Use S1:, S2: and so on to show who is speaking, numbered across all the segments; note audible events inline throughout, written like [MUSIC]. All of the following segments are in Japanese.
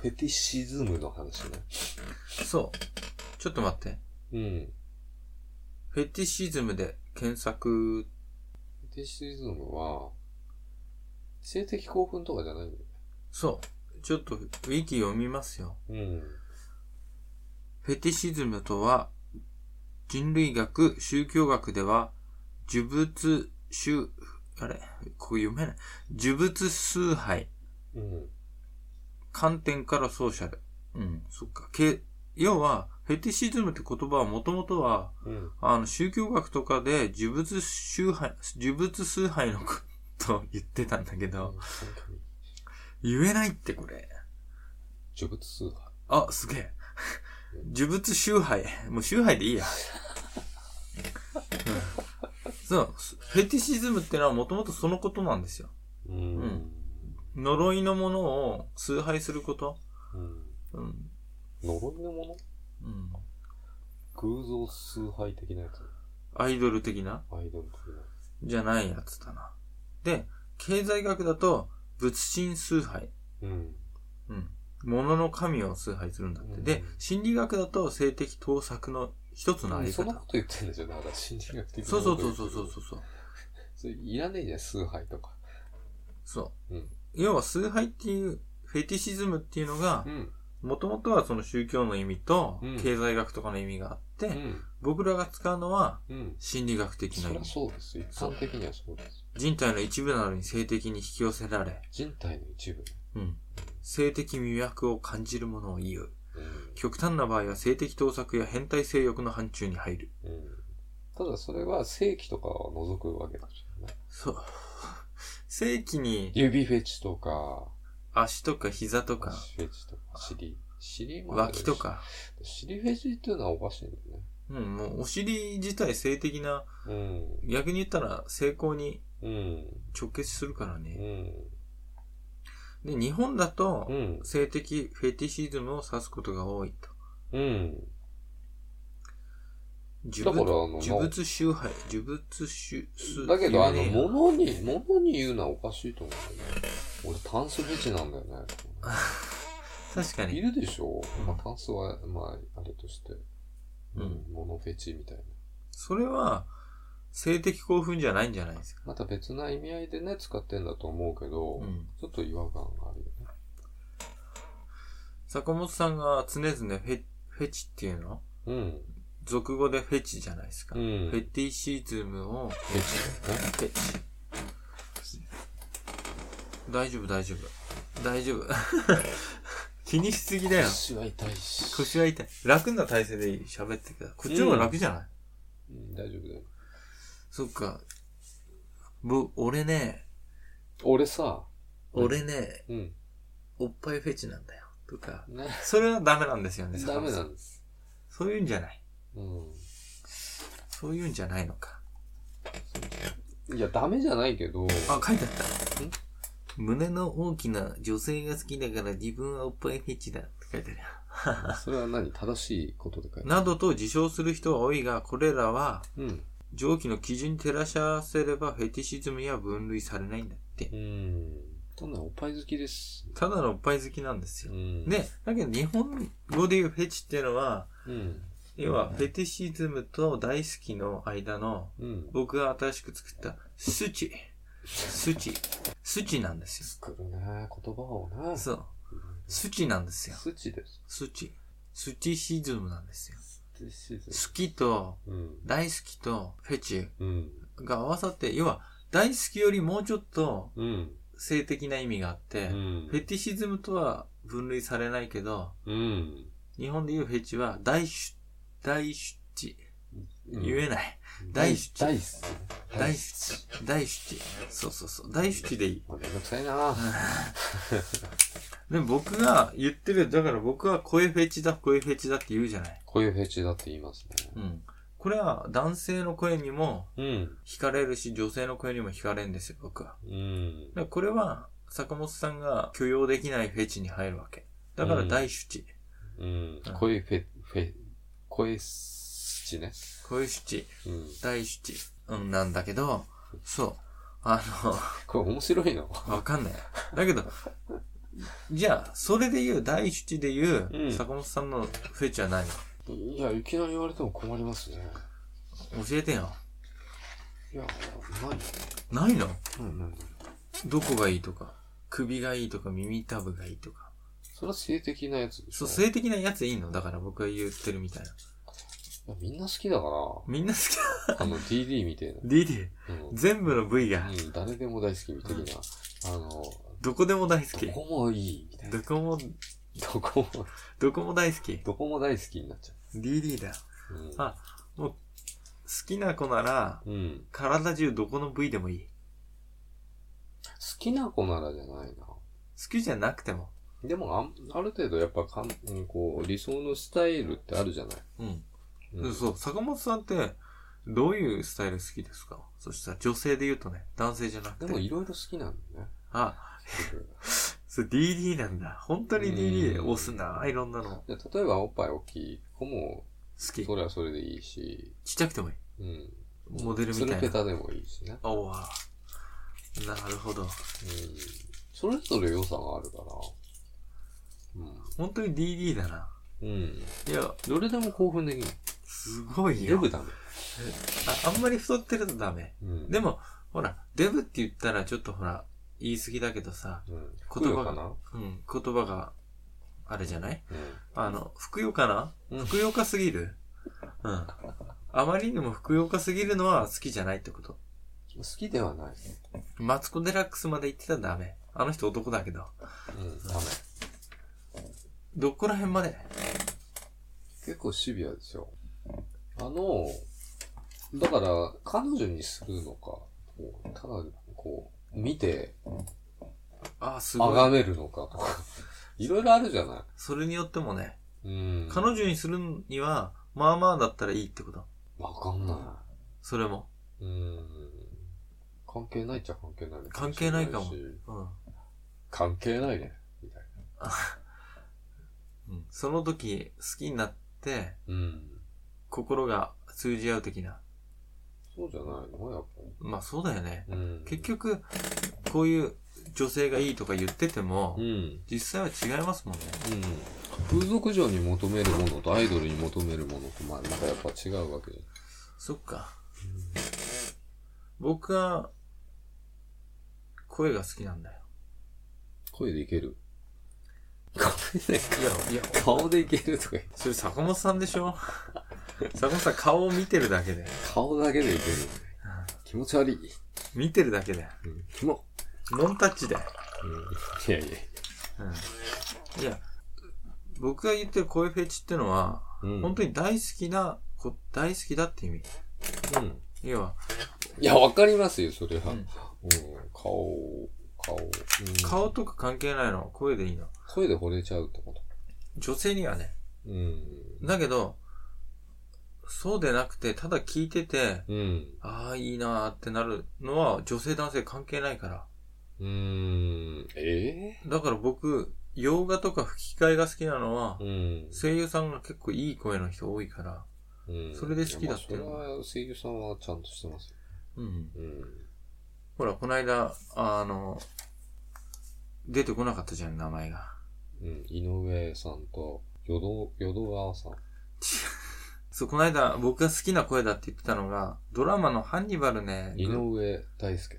S1: フェティシズムの話ね。
S2: そう。ちょっと待って。
S1: うん。
S2: フェティシズムで検索、
S1: フェティシズムは、性的興奮とかじゃないのよね。
S2: そう。ちょっと、ウィキ読みますよ。
S1: うん。
S2: フェティシズムとは、人類学、宗教学では、呪物、宗、あれここ読めない。呪物崇拝、
S1: うん。
S2: 観点からソーシャル。うん、そっか。け要は、フェティシズムって言葉はもともとは、
S1: うん。
S2: あの、宗教学とかで呪物崇拝、呪物崇拝のことを言ってたんだけど、言えないってこれ。
S1: 呪物崇拝。
S2: あ、すげえ。呪物周拝。もう周拝でいいや。うんそう、フェティシズムってのはもともとそのことなんですよ。
S1: うん
S2: うん呪いのものを崇拝すること。
S1: うん。
S2: うん。
S1: 呪いのもの
S2: うん。
S1: 偶像崇拝的なやつ。
S2: アイドル的な
S1: アイドル的な。
S2: じゃないやつだな。で、経済学だと、仏神崇拝。
S1: うん。
S2: うん。物の神を崇拝するんだって。で、心理学だと性的盗作の一つのあり
S1: そんな
S2: 方
S1: こ。と言ってんでしょ、だから心理学的な
S2: そ
S1: こ
S2: うそ
S1: と言っ
S2: うそう
S1: てる
S2: そうそうそう。
S1: それいらねえじゃん、崇拝とか。
S2: そう。
S1: うん
S2: 要は崇拝っていう、フェティシズムっていうのが
S1: う、ん。
S2: もともとはその宗教の意味と
S1: うん、
S2: 経済学とかの意味があって、
S1: うん。
S2: 僕らが使うのは
S1: うん。
S2: 心理学的
S1: そ
S2: な意
S1: りゃ
S2: 味。
S1: そうですよ。一般的にはそうですよ。
S2: 人体の一部なのに性的に引き寄せられ、
S1: 人体の一部。
S2: うん性的魅惑を感じるものを言う。
S1: うん。
S2: 極端な場合は性的盗作や変態性欲の範疇に入る。
S1: うんただそれは正規とかを除くわけだしね。
S2: そう。 [LAUGHS] 性器に
S1: 指フェチとか、
S2: 足とか膝とか
S1: 足フェチとか、尻。尻もあるし
S2: 脇と。か、
S1: 尻フェチっていうのはおかしいんだよね。
S2: うん、もうお尻自体性的な
S1: うん。
S2: 逆に言ったら成功に
S1: うん。
S2: 直結するから
S1: う
S2: ね。
S1: ん。
S2: で、日本だ
S1: う
S2: と、
S1: ん。
S2: 性的フェティシズムを指すことが多いと。
S1: うん。
S2: 呪
S1: だからあの
S2: 物、呪物崇拝、呪物崇、崇
S1: だけど、あの、
S2: 言えねえや
S1: 物に、物に言うのはおかしいと思うんだよね。俺、タンスフェチなんだよね。
S2: 確か
S1: い
S2: に。
S1: るでしょ
S2: うん
S1: まあ、タンスは、まあ、あれとして。う
S2: う
S1: んん。物フェチみたいな。
S2: それは、性的興奮じゃないんじゃないですか。
S1: また別な意味合いでね、使ってんだと思うけど、
S2: うん。
S1: ちょっと違和感があるよね。
S2: 坂本さんが常々フェ、フェチっていうの
S1: うん。
S2: 俗語でフェチじゃないですか。
S1: うん
S2: フェティシズムを、フ
S1: フェチだよね。
S2: ェチ。大丈夫、大丈夫。大丈
S1: [LAUGHS]
S2: 夫。 [LAUGHS] 気にしすぎだよ。
S1: 腰は痛いし。
S2: 腰は痛い。楽な体勢で喋ってください。こっちの方が楽じゃない、
S1: うん、大丈夫だよ。
S2: そっか。ぼ、俺ね、
S1: 俺さ、うん
S2: 俺ね、
S1: うん。
S2: おっぱいフェチなんだよ。とか。
S1: ね、
S2: それはダメなんですよね、
S1: ダメ
S2: 坂
S1: な
S2: 本
S1: んです。
S2: さんそういうんじゃない。
S1: う
S2: そういうんじゃないのか。
S1: ん。いや、ダメじゃないけど、
S2: あ、書いてあった。胸の大きな女性が好きだから自分はおっぱいフェチだって書いてあるよ。
S1: それは何正しいことで書いてあ
S2: などと自称する人は多いが、これらは
S1: る。うん。
S2: 上記の基準に照らし合わせればフェティシズムには分類されないんだって。
S1: うん。そんなおっぱい好きです。
S2: ただのおっぱい好きなんです
S1: う
S2: よ。
S1: ん。
S2: で、だけど日本語で言うフェチっていうのは、
S1: うん。
S2: 要はフェティシズムと大好きの間の
S1: うん。
S2: 僕が新しく作ったスチ、スチ、スチなんです
S1: 作るね、言葉をね。
S2: よ。そう。スチなんですよ。
S1: スチです。
S2: スチ。スチシズムなんですよ。
S1: スチです。
S2: 好きと
S1: うん。
S2: 大好きとフェチ
S1: うん。
S2: が合わさって、要は大好きよりもうちょっと
S1: うん。
S2: 性的な意味があって、
S1: うん
S2: フェティシズムとは分類されないけど、
S1: うん。
S2: 日本で言うフェチは大主、大主地。言えない。
S1: 大
S2: 大好き
S1: 大好き。
S2: 大主地。大主地。そうそうそう。大主地でいい。
S1: まあめんどくさいな
S2: でも僕が言ってる、だから僕は声フェチだ、声フェチだって言うじゃない。
S1: こういうフェチだって言います
S2: う
S1: ね。
S2: ん。これは男性の声にも
S1: うん。
S2: 惹かれるし、女性の声にも惹かれるんですよ、僕は。
S1: うん
S2: だか。らこれは、坂本さんが許容できないフェチに入るわけ。だから大主地。
S1: うん
S2: うん。
S1: 声フェ、フェ、声スチね。
S2: 声主地。
S1: うん。
S2: 大主地。うん、なんだけど、そう。あ
S1: これ面白いな。
S2: の、わかんない。だけど、じゃあ、それで言う、第一で言う、
S1: うん
S2: 坂本さんのフェチは何
S1: いや、いきなり言われても困りますね。
S2: 教えてよ。
S1: いや、
S2: ないの
S1: ない。ないないない。
S2: どこがいいとか、首がいいとか、耳たぶがいいとか。
S1: それは性的なやつでし
S2: そ
S1: ょ
S2: う、性的なやついいのだから僕が言ってるみたいな。
S1: いやみんな好きだか
S2: みんな好きだ。
S1: ら、あの DD みたいな。
S2: DD、
S1: うん
S2: 全部の部位が、
S1: うん、誰でも大好きみたいな。あの、
S2: どこでも大好き
S1: ど。こもいいみたいな。
S2: どこも、
S1: どこも、
S2: どこも大好き。
S1: どこも大好きになっちゃ
S2: DD だ。
S1: う。うん。
S2: あ好きな子なら、
S1: うん。好
S2: 体中どこの部位でもいい。
S1: きな子ならじゃないな。
S2: 好きじゃなくても。
S1: でもあん、ある程度やっぱかん、うんこう、理想のスタイルってあるじゃない。
S2: うん。
S1: うん
S2: そう、坂本さんって、どういうスタイル好きですかそしたら女性で言うとね、男性じゃなく
S1: でも
S2: て。
S1: いろいろ好きなんだよね。
S2: あ、それ DD なんだ。本当に DD で押すな、いろんなの。
S1: で例えばおっぱい大きい子も、
S2: 好き。ちっ
S1: それはそれでいいし、
S2: ちゃくてもいい。
S1: うん。
S2: モデルみ
S1: つ
S2: た
S1: る
S2: い
S1: け
S2: な。
S1: たでもいいしね。
S2: おわ。なるほど。
S1: うん。それぞれ良さがあるから。
S2: 本当に DD だな。
S1: うん。うん。
S2: いや、
S1: どれでも興奮できる。
S2: すごい
S1: デ
S2: よ。
S1: ブダメ。
S2: ああんまり太ってるとダメ。
S1: うん。
S2: でも、ほら、デブって言ったらちょっとほら、言い過ぎだけどさ、
S1: うん、
S2: 言
S1: ふくよ
S2: 葉が
S1: かな
S2: うん、言葉が、あれじゃない
S1: うん。
S2: あの、ふくよかな
S1: うん
S2: ふくよかすぎるうん。あまりにもふくよかすぎるのは好きじゃないってこと。
S1: 好きではない。
S2: マツコデラックスまで行ってたらダメ。あの人男だけど。
S1: うん、ダメ。
S2: どこら辺まで
S1: 結構シビアですよ。あの、だから、彼女にするのか、こうただ、こう、見て、
S2: ああ、す
S1: あ
S2: ご
S1: が
S2: い。
S1: めるのかと [LAUGHS] か、いろいろあるじゃな
S2: それによってもね、
S1: い。うん。
S2: 彼女にするには、まあまあだったらいいってこと。
S1: わかんな
S2: それも。
S1: い。うん。関係ないっちゃ関係ないのもし
S2: 関係
S1: れ
S2: ないかも
S1: し
S2: うん。
S1: 関係ないね。みたい
S2: うん、その時、好きになって、
S1: な。うん。
S2: 心が通じ合う的な。
S1: そうじゃないのやっぱ
S2: まあそうだよね。
S1: り。うん。
S2: 結局、こういう女性がいいとか言ってても
S1: うん。う、ん。
S2: 実際は違いますもんね。
S1: 風俗嬢に求めるものとアイドルに求めるものと、まあ、なんかやっぱ違うわけじゃん。
S2: そっか。僕は、声が好きなんだよ。
S1: 声でいける。声で、
S2: いや、いや、
S1: [LAUGHS] 顔でいけるとか言って
S2: それ坂本さんでしょ [LAUGHS] 坂本さん顔を見てるだけで。
S1: 顔だけでいける。気持ち悪い。
S2: 見てるだけで。
S1: キモ。
S2: ノンタッチで。
S1: いやいや。
S2: うん。いや、僕が言ってる声フェチってのは、
S1: うん
S2: 本当に大好きな子、大好きだって意味。
S1: うん。
S2: 要は、
S1: いや、わかりますよ、それは。
S2: う
S1: うんん、顔、顔、うん
S2: 顔とか関係ないの、声でいいの。
S1: 声で惚れちゃうってこと。
S2: 女性にはね。
S1: うん。
S2: だけど、そうでなくて、ただ聞いてて、
S1: うん。
S2: ああ、いいなーってなるのは、女性男性関係ないから。
S1: うん。え
S2: だから僕、洋画とか吹き替えが好きなのは
S1: え、うん。
S2: 声優さんが結構いい声の人多いから、
S1: うん
S2: それで好きだって
S1: いやまあそれは声優さんはちゃんとしてますよ。
S2: うん。
S1: うん。
S2: ほら、この間、あの、出てこなかったじゃん、名前が。
S1: うん。井上さんと、淀、淀川さん。
S2: そう、この間、僕が好きな声だって言ってたのが、ドラマのハンニバルね、
S1: 井上大輔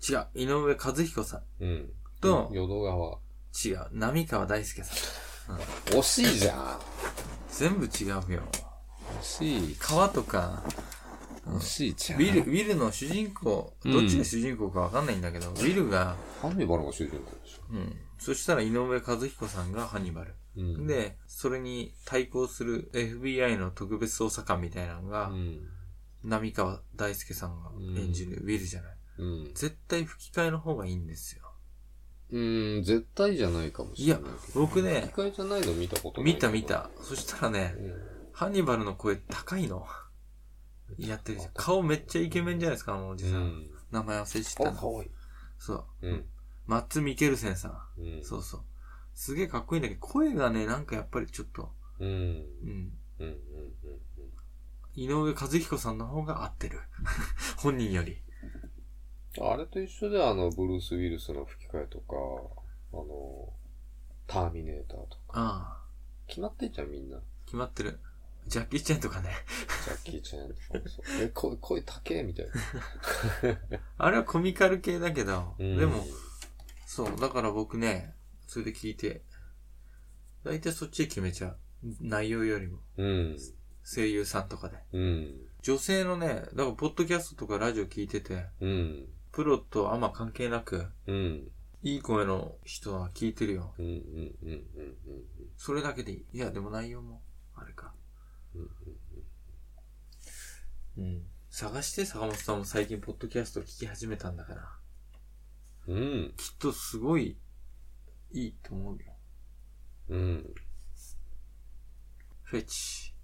S1: さ
S2: 違う、井上和彦さん
S1: ん。うん。
S2: と、
S1: 淀川。
S2: 違う、浪川大輔さん。
S1: 惜しいじゃん。
S2: 全部違うよ。
S1: 惜しい。
S2: 川とか、
S1: 惜しいじ
S2: ウ
S1: ゃん。
S2: ィル、ウィルの主人公、
S1: うん
S2: どっちが主人公かわかんないんだけど、ウィルが、
S1: ハンニバルが主人公でしょ。
S2: うん。そしたら井上和彦さんがハンニバル。
S1: うん、
S2: で、それに対抗する FBI の特別捜査官みたいなの
S1: う
S2: が、
S1: ん。
S2: 浪川大輔さんが演じるウィルじゃない。
S1: うん。
S2: 絶対吹き替えの方がいいんですよ。
S1: うん、絶対じゃないかもしれないけど。
S2: 僕ね
S1: 機械じゃないの見たことない。
S2: 見た見。た。そしたらね
S1: う、ん。
S2: ハンニバルの声高いの。やってるじゃん。顔めっちゃイケメンじゃないですか、あのおじさん。
S1: うん、
S2: 名前忘れちゃった
S1: あ、
S2: な
S1: かわいい。
S2: そう。
S1: うん。
S2: マッツ・ミケルセンさん。
S1: うん。
S2: そうそう。すげえかっこいいんだけど、声がね、なんかやっぱりちょっと、
S1: うん。うん。
S2: うん。
S1: うん。うん。
S2: 井上和彦さんの方が合ってる。 [LAUGHS] 本人より。
S1: うん。あれと一緒で、あの、ブルース・ウィルスの吹き替えとか、あの、ターミネーターとか。
S2: あ
S1: 決まってんじゃん、みんな。
S2: あ、決まってる。ジャッキーチェンとかね。 [LAUGHS]
S1: ジャッキー・チェーンとかもそう。え、声、声高えみたいな。
S2: あれはコミカル系だけど、
S1: うん
S2: でも、そう、だから僕ね、それで聞いて、大体そっちで決めちゃう。内容よりも、
S1: うん。
S2: 声優さんとかで。
S1: うん。
S2: 女性のね、だから、ポッドキャストとかラジオ聞いてて、
S1: うん。
S2: プロとあんま関係なく、
S1: うん。
S2: いい声の人は聞いてるよ。
S1: うん。うん。うん。うん。うん。
S2: それだけでいい。いや、でも内容も、あれか。
S1: うん。うん
S2: うん。探して、坂本さんも最近、ポッドキャスト聞き始めたんだから。
S1: うん。
S2: きっと、すごい、いいと思うよ。
S1: うん。
S2: フェチ。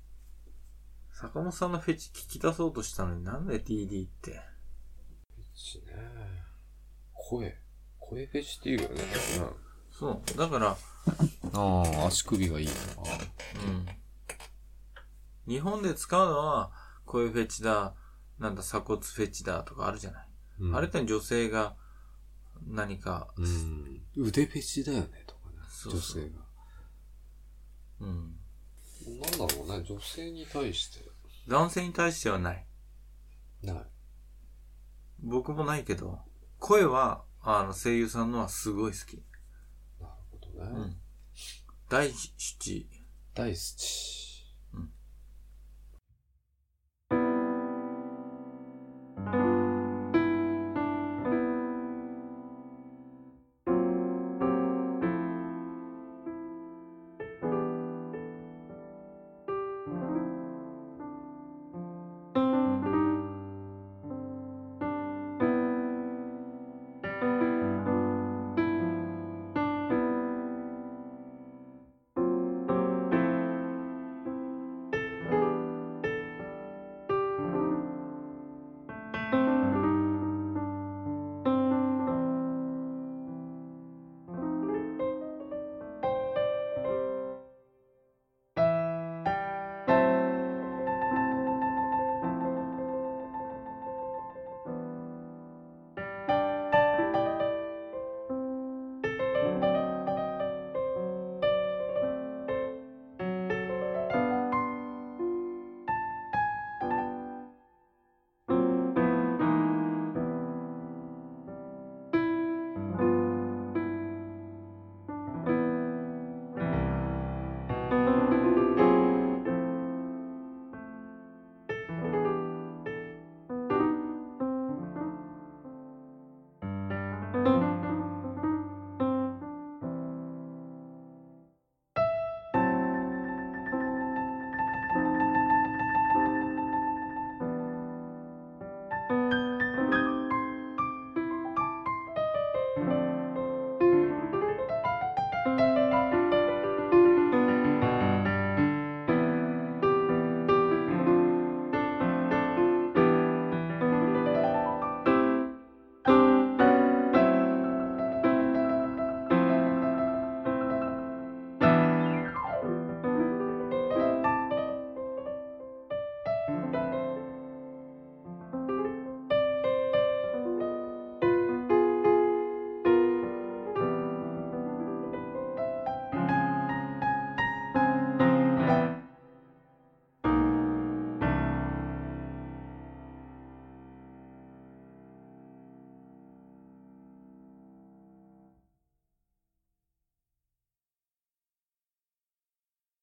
S2: 坂本さんのフェチ聞き出そうとしたのになんで DD って。
S1: しね。声。声フェチっていうよね。
S2: そう。だから、
S1: ああ、足首がいいな。
S2: うん。日本で使うのは、声フェチだ、なんだ、鎖骨フェチだとかあるじゃない。あれっ、て女性が何か、
S1: うん。腕フェチだよね、とかね。
S2: そうそう
S1: 女性が。
S2: うん。
S1: なんだろうね、女性に対して。
S2: 男性に対してはない。
S1: ない。
S2: 僕もないけど、声は、あの、声優さんのはすごい好き。
S1: なるほどね。
S2: うん。第七、
S1: 大好き。